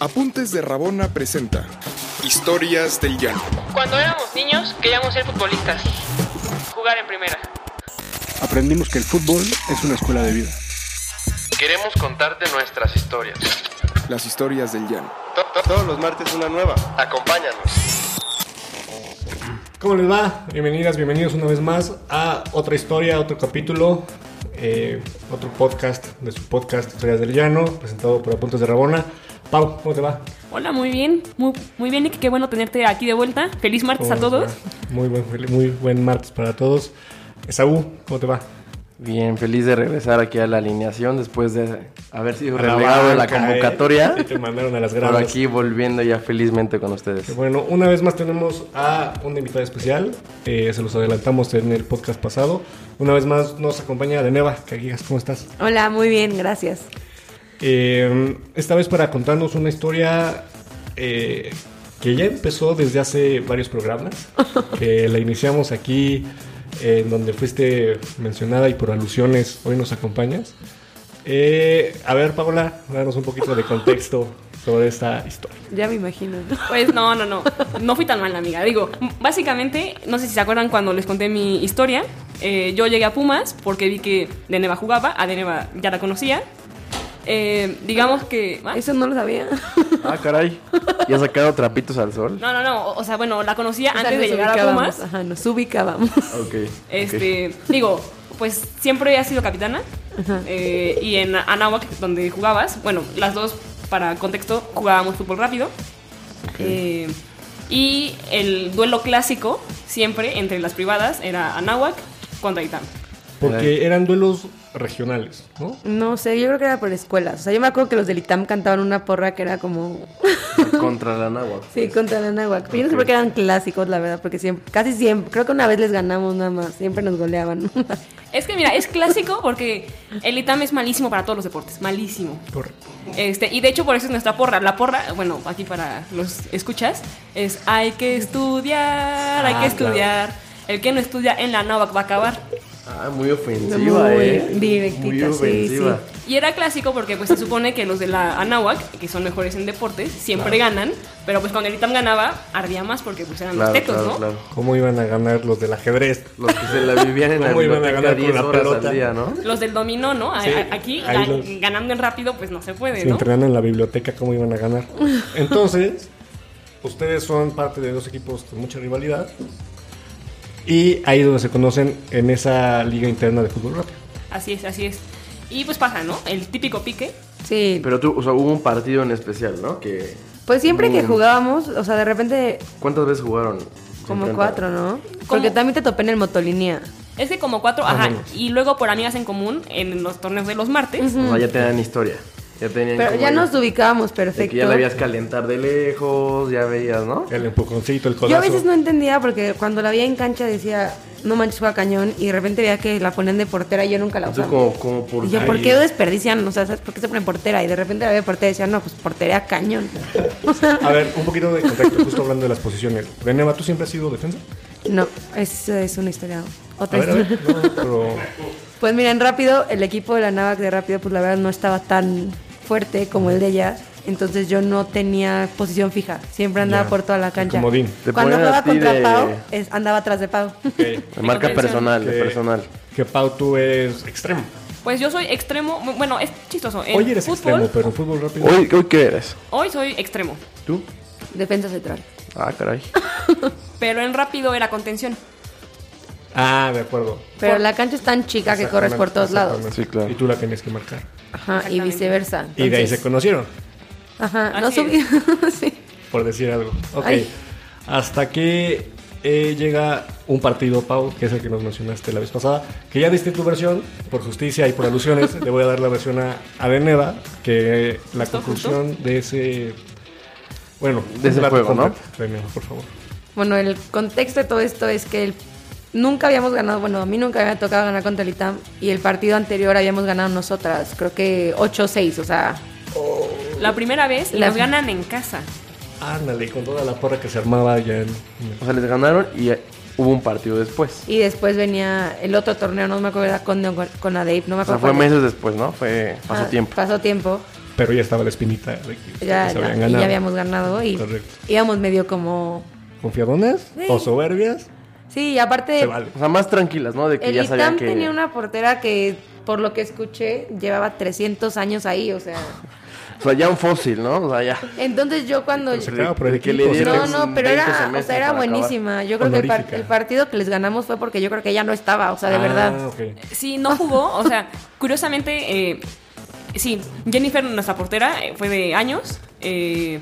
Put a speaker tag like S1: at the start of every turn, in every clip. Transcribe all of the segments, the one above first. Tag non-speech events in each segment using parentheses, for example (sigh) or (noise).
S1: Apuntes de Rabona presenta Historias del Llano.
S2: Cuando éramos niños queríamos ser futbolistas, jugar en primera.
S3: Aprendimos que el fútbol es una escuela de vida.
S4: Queremos contarte nuestras historias.
S1: Las historias del Llano.
S4: To- to- Todos los martes una nueva. Acompáñanos.
S5: ¿Cómo les va? Bienvenidas, bienvenidos una vez más a otra historia, otro capítulo, eh, otro podcast de su podcast Historias del Llano, presentado por Apuntes de Rabona. Pau, ¿cómo te va?
S6: Hola, muy bien, muy, muy bien, Nick, qué bueno tenerte aquí de vuelta. Feliz martes a
S7: Oh,
S5: ¿Cómo les
S6: todos.
S5: va? Muy buen, muy buen martes para todos. Esaú, ¿cómo te va?
S8: Bien, feliz de regresar aquí a la alineación después de haber sido
S5: A la
S8: relegado de la
S5: banca, eh.
S8: convocatoria.
S5: Sí, Te mandaron a las
S8: Por
S5: gradas.
S8: aquí volviendo ya felizmente con
S5: Pero
S8: ustedes.
S5: Eh, Bueno, una vez más tenemos a una invitada especial. eh, se los adelantamos en el podcast pasado. Una vez más nos acompaña Deneva. Caguigas, ¿cómo estás?
S7: Hola, muy bien, gracias.
S5: Eh, esta vez para contarnos una historia eh, que ya empezó desde hace varios
S7: (laughs)
S5: programas, que la iniciamos aquí, eh, en donde fuiste mencionada y por alusiones hoy nos acompañas. Eh, a ver, Paola, danos un poquito de contexto
S7: (laughs)
S5: sobre esta historia.
S7: Ya me imagino.
S6: Pues no, no, no, no fui tan mal, amiga. Digo, básicamente, no sé si se acuerdan cuando les conté mi historia. eh, yo llegué a Pumas porque vi que Deneva jugaba, a Deneva ya la conocía. Eh, digamos que... ¿ah?
S7: Eso no lo sabía.
S8: Ah, caray. Ya sacaron trapitos al sol.
S6: No, no, no, o- o sea, bueno, la conocía
S7: O sea,
S6: antes de
S7: nos
S6: llegar a
S7: ubicábamos,
S6: Pumas.
S7: Ajá, nos ubicábamos.
S8: Ok. ok.
S6: Este, digo, pues siempre ha sido capitana. Eh, y en Anáhuac, donde jugabas, bueno, las dos, para contexto, jugábamos fútbol rápido. Eh, y el duelo clásico, siempre entre las privadas, era Anáhuac contra Itán.
S5: Porque eran duelos regionales, ¿no?
S7: (laughs) No sé, yo creo que era por escuelas. O sea, yo me acuerdo que los del ITAM cantaban una porra que era como. (laughs)
S8: Contra la náhuatl.
S7: Sí, contra la náhuatl. Yo no sé por qué eran clásicos, la verdad, porque siempre, casi siempre, creo que una vez les ganamos nada más. Siempre nos goleaban.
S6: Es que mira, es clásico porque el Itam es malísimo para todos los deportes, malísimo.
S5: Correcto.
S6: Este, y de hecho por eso es nuestra porra. La porra, bueno, aquí para los escuchas, es hay que estudiar, hay
S8: Ah,
S6: que
S8: claro.
S6: estudiar. El que no estudia en la náhuac va a acabar.
S8: Ah, muy ofensiva,
S7: Muy
S8: eh.
S7: directita,
S8: Muy
S7: sí,
S8: ofensiva.
S6: Y era clásico porque pues se supone que los de la Anáhuac, que son mejores en deportes, siempre ganan, pero pues cuando el Itam ganaba, ardía más porque pues eran
S8: Claro,
S6: los tecos,
S8: claro,
S6: ¿no?
S8: claro.
S5: ¿Cómo iban a ganar los del ajedrez?
S8: Los que se la
S5: (laughs)
S8: vivían en la
S5: ¿Cómo iban a
S8: biblioteca
S5: ganar con
S8: 10
S5: la
S8: horas
S5: pelota?
S8: al día, ¿no?
S6: Los del dominó, ¿no? A-
S5: Sí,
S6: a- Aquí
S5: ahí
S6: gan-
S5: los-
S6: ganando en rápido pues no se puede,
S5: Sí,
S6: ¿no?
S5: entrenando en la biblioteca, ¿cómo iban a ganar? Entonces, ustedes son parte de dos equipos con mucha rivalidad. Y ahí es donde se conocen en esa liga interna de fútbol rápido.
S6: Así es, así es. Y pues pasa, ¿no? El típico pique.
S7: (laughs) Sí.
S8: Pero tú, o sea, hubo un partido en especial, ¿no? Que...
S7: Pues siempre que
S8: Mm.
S7: jugábamos, o sea, de repente,
S8: ¿Cuántas veces jugaron?
S7: como
S8: 50.
S7: cuatro, ¿no? Porque también te topé en el motolinía.
S6: Es que como cuatro, ajá,
S5: menos.
S6: y luego por amigas en común en los torneos de los martes.
S8: O sea, ya tenían historia. Ya tenían
S7: Mm. Pero
S8: como
S7: ya
S8: el-
S7: nos ubicábamos
S8: de
S7: perfecto.
S8: que ya la veías calentar de lejos, ya veías, ¿no?
S5: El empujoncito, el codazo.
S7: Yo a veces no entendía porque cuando la veía en cancha decía, no manches, juega cañón. Y de repente veía que la ponían de portera y yo nunca la
S8: Entonces,
S7: usaba.
S8: como, como por
S7: Y yo,
S8: ahí-
S7: ¿por qué desperdician? O sea, ¿sabes por qué se ponen portera? Y de repente la veía de portera y decía, no, pues portera cañón.
S5: A ver, un poquito de contacto, justo hablando de las posiciones. Reneva, ¿tú siempre has sido defensa?
S7: No, es, es una historia.
S5: A
S7: Otra
S5: ver, a
S7: historia. (laughs)
S5: ver. No, pero
S7: Pues miren, rápido, el equipo de la Navac de rápido, pues la verdad no estaba tan fuerte como el de ella. Entonces yo no tenía posición fija. Siempre andaba
S5: Ya,
S7: por toda la cancha.
S5: comodín.
S8: Te
S7: Cuando
S8: ponen a
S7: jugaba
S8: ti
S7: contra
S8: de-
S7: Pau, es- andaba atrás de Pau. (laughs)
S8: De marca personal, de
S5: que-
S8: personal.
S5: Que Pau, tú eres extremo.
S6: Pues yo soy extremo, bueno, es chistoso. En
S5: Hoy eres
S6: fútbol,
S5: extremo, pero en fútbol rápido.
S8: ¿Hoy, hoy qué eres?
S6: hoy soy extremo,
S8: ¿Tú?
S7: Defensa central.
S8: Ah, caray.
S6: pero en rápido era contención.
S5: Ah, de acuerdo.
S7: Pero la cancha es tan chica que corres por todos lados.
S5: Exactamente.
S8: Sí, claro.
S5: Y tú la tenías que marcar.
S7: Ajá, y
S6: Exactamente.
S7: viceversa.
S5: Y de ahí se
S7: Entonces,
S5: conocieron.
S7: Ajá, no
S6: Así
S7: subí. (laughs) sí.
S5: por decir algo. Ok.
S7: Ay.
S5: Hasta que eh, llega un partido, Pau, que es el que nos mencionaste la vez pasada, que ya diste tu versión, por justicia y por alusiones,
S7: (laughs)
S5: le voy a dar la versión a, a Deneva, que la
S6: Justo,
S5: conclusión de ese... Bueno,
S8: De ese
S5: un rato
S8: juego, ¿no?
S5: completo. Deneva, por favor.
S7: Bueno, el contexto de todo esto es que el- nunca habíamos ganado, bueno, a mí nunca me había tocado ganar contra el ITAM y el partido anterior habíamos ganado nosotras, creo que 8-6, o sea,
S6: La primera vez y
S7: La-
S6: nos ganan en casa.
S5: Ándale, con toda la porra que se armaba ya en...
S8: O sea, les ganaron y eh, hubo un partido después.
S7: y después venía el otro torneo, no me acuerdo, era con, con Adeip, no me
S8: O sea,
S7: acuerdo.
S8: fue
S7: cuál era.
S8: meses después, ¿no? Fue... Pasó
S7: Ah,
S8: tiempo.
S7: Pasó tiempo.
S5: Pero ya estaba la espinita de que
S7: Ya,
S5: ustedes
S7: ya,
S5: habían
S7: y
S5: ganado.
S7: ya habíamos ganado y
S5: Correcto.
S7: íbamos medio como...
S5: ¿Confiadonas
S7: Sí.
S5: o soberbias?
S7: Sí, y aparte
S5: Se vale.
S8: O sea, más tranquilas, ¿no? De que
S7: el
S8: ya sabían
S7: ITAM
S8: que.
S7: tenía una portera que, por lo que escuché, llevaba 300 años ahí,
S8: (laughs)
S7: o sea...
S8: O sea, ya un fósil, ¿no? O sea, ya.
S7: Entonces yo cuando...
S5: Se acaba por
S8: de
S5: el
S8: que le
S5: equipo,
S8: dieron-
S5: ¿sí?
S7: No,
S8: Tienes
S7: no, pero
S8: 20
S7: era, o
S8: semestres
S7: sea, era
S8: para acabar.
S7: buenísima. Yo creo que el, par-
S5: Honorífica.
S7: el partido que les ganamos fue porque yo creo que ella no estaba, o sea, de
S5: Ah,
S7: verdad.
S5: ok.
S6: Sí, no jugó. O sea, curiosamente, eh, sí, Jennifer, nuestra portera, eh, fue de años. eh,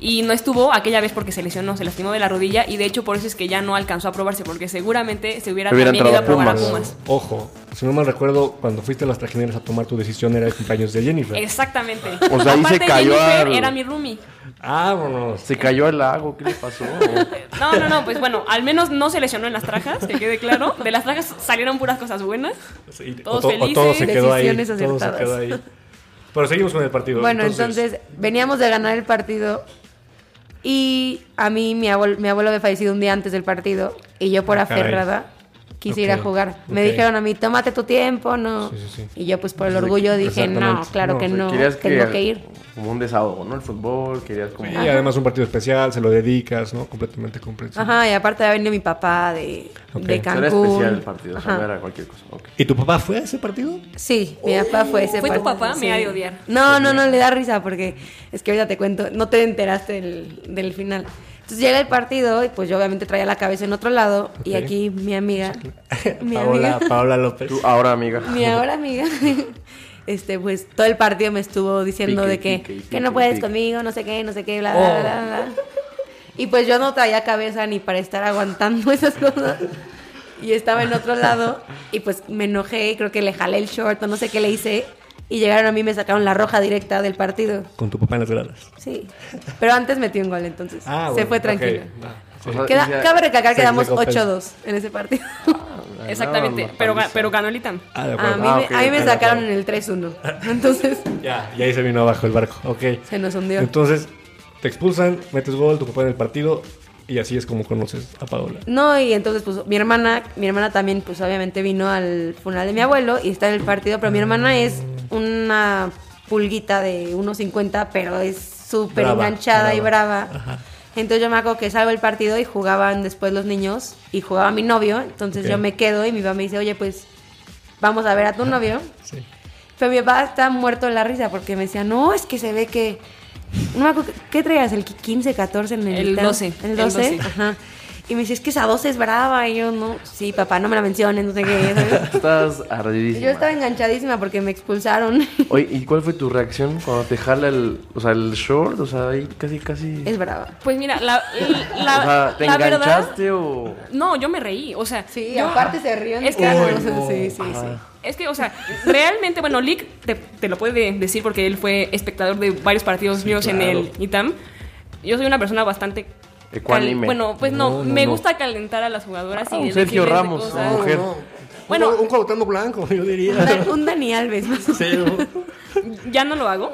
S6: y no estuvo aquella vez porque se lesionó, se lastimó de la rodilla. Y de hecho, por eso es que ya no alcanzó a probarse, porque seguramente se hubiera
S8: Hubiera
S6: también ido a
S8: entrado a
S6: probar a
S8: Pumas.
S6: Pumas.
S5: Ojo, si no mal recuerdo, cuando fuiste a las trajineras a tomar tu decisión era el cumpleaños de Jennifer.
S6: Exactamente.
S8: O sea, ahí se
S6: Aparte,
S8: cayó
S6: Jennifer
S8: al-
S6: era mi roomie.
S5: Vámonos.
S8: Se cayó al lago, ¿qué le
S7: (laughs)
S8: pasó?
S6: No, no, no, pues bueno, al menos no se lesionó en las trajas, que quede claro. De las trajas salieron puras cosas buenas.
S5: Sí,
S6: Todos
S5: to- todo se
S6: felices,
S5: quedó ahí.
S7: decisiones
S5: Todo se
S7: acertadas.
S5: quedó ahí. Pero seguimos con el partido.
S7: Bueno, entonces, veníamos de ganar el partido y a mí mi, abuel- mi abuelo había fallecido un día antes del partido y yo por
S5: Ah, caray.
S7: aferrada quise ir a
S5: Ok,
S7: jugar. Me
S5: ok.
S7: dijeron a mí, tómate tu tiempo, no.
S5: Sí, sí, sí.
S7: Y yo pues por el orgullo dije, no,
S5: Exactamente.
S7: claro
S5: No,
S7: que
S5: o sea,
S7: no,
S8: querías
S7: tengo que, ir.
S8: Como un desahogo, ¿no? El fútbol, querías como. "Ah,
S5: Y además un partido especial, se lo dedicas, ¿no? Completamente comprensible.
S7: Ajá, y aparte había venido mi papá de,
S5: Ok.
S7: de
S8: Era
S7: Cancún.
S8: especial el partido, o sea, no
S7: Ajá.
S8: era cualquier cosa. Ok.
S5: ¿Y tu papá fue a ese partido?
S7: Sí, mi papá fue ese
S6: ¿Fue tu
S7: partido,
S6: papá? Me
S7: sí.
S6: ha de odiar.
S7: No, no, no, le da risa porque es que ahorita te cuento, no te enteraste del, del final. Entonces llega el partido y pues yo obviamente traía la cabeza en otro lado y
S5: Ok.
S7: aquí mi amiga, (laughs) mi
S5: Paola,
S7: amiga,
S5: Paola López.
S8: Tú ahora, amiga.
S5: (laughs)
S7: mi ahora amiga, (laughs) este pues todo el partido me estuvo diciendo
S8: Pique,
S7: de que,
S8: pique, pique,
S7: que no puedes
S8: pique.
S7: conmigo, no sé qué, no sé qué, bla, bla, bla, bla.
S5: Oh.
S7: bla. Y pues yo no traía cabeza ni para estar aguantando (laughs) esas cosas. Y estaba en otro lado y pues me enojé, creo que le jalé el short o no sé qué le hice. Y llegaron a mí y me sacaron la roja directa del partido.
S5: Con tu papá en las gradas.
S7: Sí. Pero antes metí un gol, entonces.
S5: Ah,
S7: se
S5: bueno,
S7: fue
S5: ok.
S7: tranquilo.
S5: Va.
S8: O sea,
S7: Queda-
S8: decía,
S7: cabe recalcar que
S5: Se pues.
S7: quedamos
S5: recompensa.
S7: 8-2 en ese partido.
S8: "Ganaron
S6: Exactamente,
S8: la
S6: pero, ga-
S8: paliza".
S6: pero ganó el Itam.
S5: Ah, de
S7: A
S5: acuerdo.
S7: mí,
S8: Ah,
S7: me-
S8: ok,
S7: a mí me
S8: ok,
S7: sacaron en el
S5: (laughs)
S7: 3-1. Entonces
S5: Ya, y ahí se vino abajo el barco. Ok.
S7: se nos hundió.
S5: Entonces, te expulsan, metes gol, tu papá en el partido, y así es como conoces a Paola.
S7: No, y entonces pues mi hermana, mi hermana también pues obviamente vino al funeral de mi abuelo y está en el partido, pero mi hermana es una pulguita de 1.50, pero es súper
S5: Brava,
S7: enganchada y
S5: brava.
S7: brava. Entonces yo me acuerdo que salgo el partido y jugaban después los niños y jugaba mi novio, entonces
S5: Ok.
S7: yo me quedo y mi papá me dice, oye pues vamos a ver a tu novio.
S5: Sí.
S7: Pero mi papá está muerto de la risa porque me decía, no, es que se ve que... No me acuerdo, ¿qué traías? ¿El 15, 14 en el...
S6: El
S7: Itam?
S6: 12,
S7: El
S6: el
S7: 12,
S6: 12.
S7: ajá. Y me dice, es que esa 12 es brava. Y yo, no, sí, papá, no me la menciones, no sé qué. ¿sabes?
S8: Estás
S7: Y
S8: ardidísima.
S7: yo estaba enganchadísima porque me expulsaron. (laughs)
S8: Oye, ¿y cuál fue tu reacción cuando te jala el, o sea, el short? O sea, ahí casi, casi.
S7: es brava.
S6: Pues mira, la, la,
S8: o sea, ¿te
S6: la verdad...
S8: enganchaste o.?
S6: No, yo me reí, o sea...
S7: Sí,
S6: yo-
S7: aparte se ríen.
S6: Es que-
S7: todos, Sí, sí,
S8: Ah,
S6: Es que, o sea, realmente, bueno, Lick te, te lo puede decir porque él fue espectador de varios partidos míos en
S8: claro.
S6: el ITAM. Yo soy una persona bastante...
S8: Ecuánime.
S6: cal- Bueno, pues no,
S5: No, no,
S6: me
S5: no.
S6: gusta calentar a las jugadoras.
S8: Ah,
S6: y
S8: un
S6: decirles
S8: Sergio
S6: de
S8: Ramos,
S6: cosas.
S8: mujer.
S6: Bueno.
S5: un, un Cuauhtémoc blanco, yo
S7: sí. Un
S5: diría.
S7: Dan- Un Dani Alves, más o menos,
S6: Ya no lo hago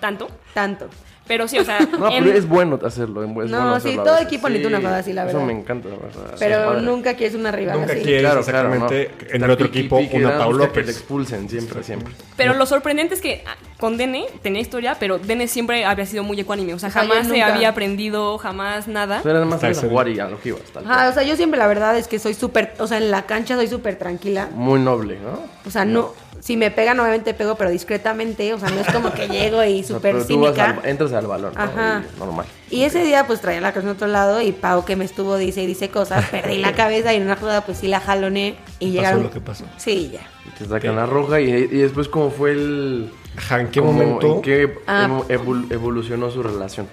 S6: tanto,
S7: tanto.
S6: pero sí, o sea...
S8: No,
S6: en-
S8: pero es bueno hacerlo. es bueno
S7: No, sí,
S8: hacerlo a
S7: todo
S8: veces.
S7: equipo necesita una jugada así, la verdad.
S8: Eso me encanta, la verdad.
S7: Pero
S8: Padre.
S7: nunca quieres una rival
S5: Nunca
S7: así.
S5: quieres
S8: Claro, claro, ¿no?
S5: exactamente en
S8: Estar
S5: el otro
S8: piqui,
S5: equipo
S8: piqui,
S5: una
S8: nada,
S5: Pau
S8: busca Que le
S5: López.
S8: expulsen siempre, siempre.
S6: Pero lo sorprendente es que ah, con Dene tenía historia, pero Dene siempre había sido muy ecuánime. O sea,
S7: Ajá, yo
S6: jamás se
S7: nunca.
S6: había aprendido, jamás nada.
S8: O sea, era más
S5: Está
S8: a
S5: excelente.
S8: jugar y a lo que ibas, tal
S7: Ajá,
S8: cual.
S7: o sea, yo siempre la verdad es que soy súper, o sea, en la cancha soy súper tranquila.
S8: Muy noble, ¿no?
S7: O sea, no, si me pegan, obviamente pego, pero discretamente. O sea, no es como que llego
S8: (laughs)
S7: y
S8: O sea,
S7: súper
S8: pero tú vas
S7: cínica.
S8: al- eh, entras al balón, ¿no?
S7: Ajá.
S8: Y normal.
S7: Y ese día, pues traía la cabeza en otro lado y Pau, que me estuvo, dice y dice cosas.
S8: (laughs)
S7: Perdí la cabeza y en una jugada, pues sí la jaloné y llegaron.
S5: lo que pasó.
S7: Sí, ya.
S8: Y te sacan la roja y, y después cómo fue el...
S5: Ajá, ¿en qué
S8: cómo-
S5: momento?
S8: en qué
S7: Ah.
S8: emo- evol- evolucionó su relación,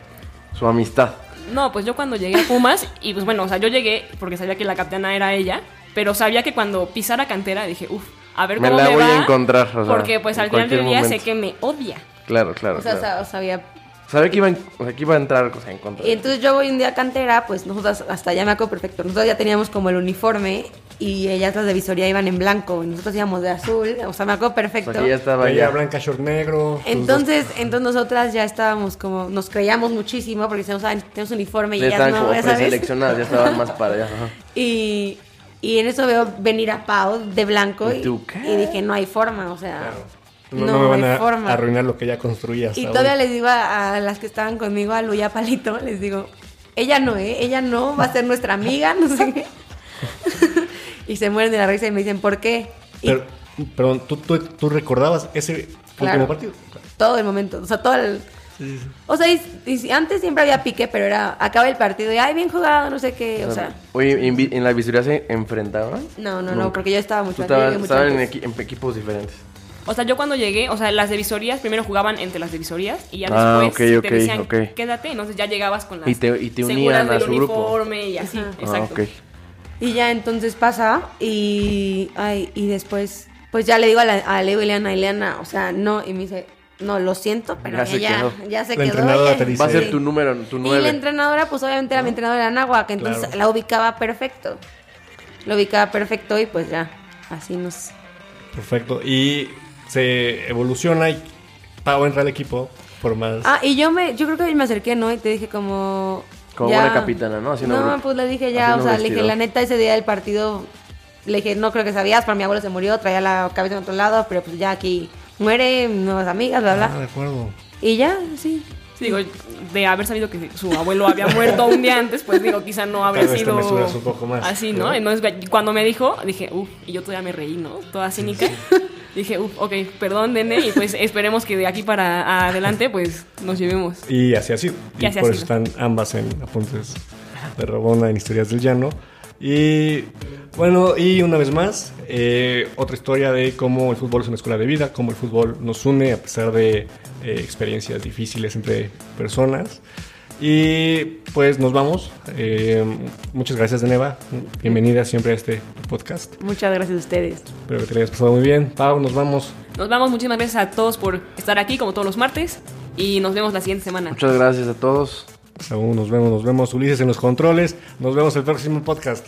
S8: su amistad.
S6: No, pues yo cuando llegué a Pumas, y pues bueno, o sea, yo llegué porque sabía que la capitana era ella, pero sabía que cuando pisara cantera dije, uff, a ver
S8: Me
S6: cómo
S8: la
S6: me
S8: voy a
S6: va",
S8: encontrar, o sea,
S6: porque pues
S8: en
S6: al final del
S8: cualquier
S6: día sé
S8: momento.
S6: que me odia.
S8: Claro, claro.
S7: O sea,
S8: claro.
S7: sa- o sea, había-
S8: Sabía que iba, en- o sea, que iba a entrar o sea, en contra.
S7: Y entonces yo voy un día a cantera, pues nosotras, hasta ya me acuerdo perfecto, nosotros ya teníamos como el uniforme y ellas las de visoría iban en blanco y nosotros íbamos de azul, o sea, me acuerdo perfecto.
S8: o sea, que ya estaba
S5: Traía
S8: ya.
S5: blanca, short negro. tus
S7: Entonces, entonces nosotras ya estábamos como, nos creíamos muchísimo porque decíamos, "Ah, tenemos uniforme y
S8: Ya
S7: ya
S8: estaban
S7: no,
S8: como
S7: ya sabes.
S8: preseleccionadas, ya estaban más para allá. ajá.
S7: Y, y en eso veo venir a Pau de blanco
S8: ¿Y
S7: y,
S8: tú qué?
S7: y dije, no hay forma, o sea,
S5: No, no
S7: No
S5: me van
S7: hay
S5: a
S7: forma.
S5: arruinar lo que ya construí hasta
S7: Y todavía
S5: hoy.
S7: les digo a, a las que estaban conmigo, a Luya Palito, les digo, ella no, ¿eh? Ella no va a ser nuestra amiga, (laughs) no
S5: (laughs)
S7: sé qué. y se mueren de la risa y me dicen, ¿por qué? Y
S5: Pero, perdón, ¿tú, tú, tú recordabas ese
S7: Claro.
S5: último partido?
S7: todo el momento, o sea, todo el... O sea, y- y si- antes siempre había pique, pero era, acaba el partido y, ay, bien jugado, no sé qué, (laughs) o sea...
S8: Oye, ¿en, vi- en la visoría se enfrentaban?
S7: No, no,
S8: Nunca.
S7: no, porque yo estaba mucho,
S8: Tú
S7: yo
S8: estabas-
S7: llegué mucho
S8: estaban en,
S7: antes.
S8: equi- en equipos diferentes.
S6: O sea, yo cuando llegué, o sea, las divisorías primero jugaban entre las divisorías y ya
S8: Ah,
S6: después
S8: ok,
S6: te
S8: ok,
S6: decían
S8: ok.
S6: quédate, entonces ya llegabas con las
S8: Y te- y te
S6: seguras
S8: unían a
S6: del
S8: su grupo.
S6: uniforme y así, exacto.
S8: Ah, ok.
S7: Y ya entonces pasa y, ay, y después, pues ya le digo a, la, a Leo y Ileana, Ileana, o sea, no, y me dice, no, lo siento, pero
S8: Ya
S7: ya
S8: se
S7: ella
S8: quedó.
S7: ya se
S5: La
S7: quedó.
S5: entrenadora
S7: ella-
S5: te dice-
S8: Va a ser
S5: Sí.
S8: tu número, tu
S7: Y la
S8: 9.
S7: entrenadora, pues obviamente era mi entrenadora de Anáhuac, entonces
S5: Claro.
S7: la ubicaba perfecto. La ubicaba perfecto y pues ya, así nos...
S5: Perfecto. Y se evoluciona y Pau entra al equipo por más.
S7: Ah, y yo me, yo creo que me acerqué, ¿no? Y te dije como...
S8: Como buena capitana, ¿no? Haciendo
S7: no,
S8: grupo.
S7: pues le dije ya,
S8: Haciendo
S7: o sea, le dije,
S8: vestidor.
S7: la neta, ese día del partido, le dije, no creo que sabías, pero mi abuelo se murió, traía la cabeza en otro lado, pero pues ya aquí muere, nuevas amigas, bla, bla.
S5: Ah, de acuerdo.
S7: Y ya, sí.
S6: Sí, digo, de haber sabido que su abuelo había muerto un día antes, pues digo, quizá no habría
S5: vez te
S6: sido
S5: mesuras un poco más,
S6: así,
S5: ¿no?
S6: ¿no? Entonces, cuando me dijo, dije, uff, y yo todavía me reí, ¿no? Toda cínica. (laughs) Dije, uff, ok, perdón, nene, y pues esperemos que de aquí para adelante, pues nos llevemos.
S5: Y así ha sido.
S6: Y
S5: Y
S6: así ha
S5: por eso
S6: sido.
S5: están ambas en Apuntes de Rabona, en Historias del Llano. Y bueno, y una vez más, eh, otra historia de cómo el fútbol es una escuela de vida, cómo el fútbol nos une a pesar de eh, experiencias difíciles entre personas. Y pues nos vamos. Eh, muchas gracias de Neva. Bienvenida siempre a este podcast.
S7: Muchas gracias a ustedes.
S5: Espero que te lo hayas pasado muy bien. Pau, nos vamos.
S6: Nos vamos, muchísimas gracias a todos por estar aquí, como todos los martes, y nos vemos la siguiente semana.
S8: Muchas gracias a todos.
S5: Saúl, nos vemos, nos vemos. Ulises en los controles. Nos vemos el próximo podcast.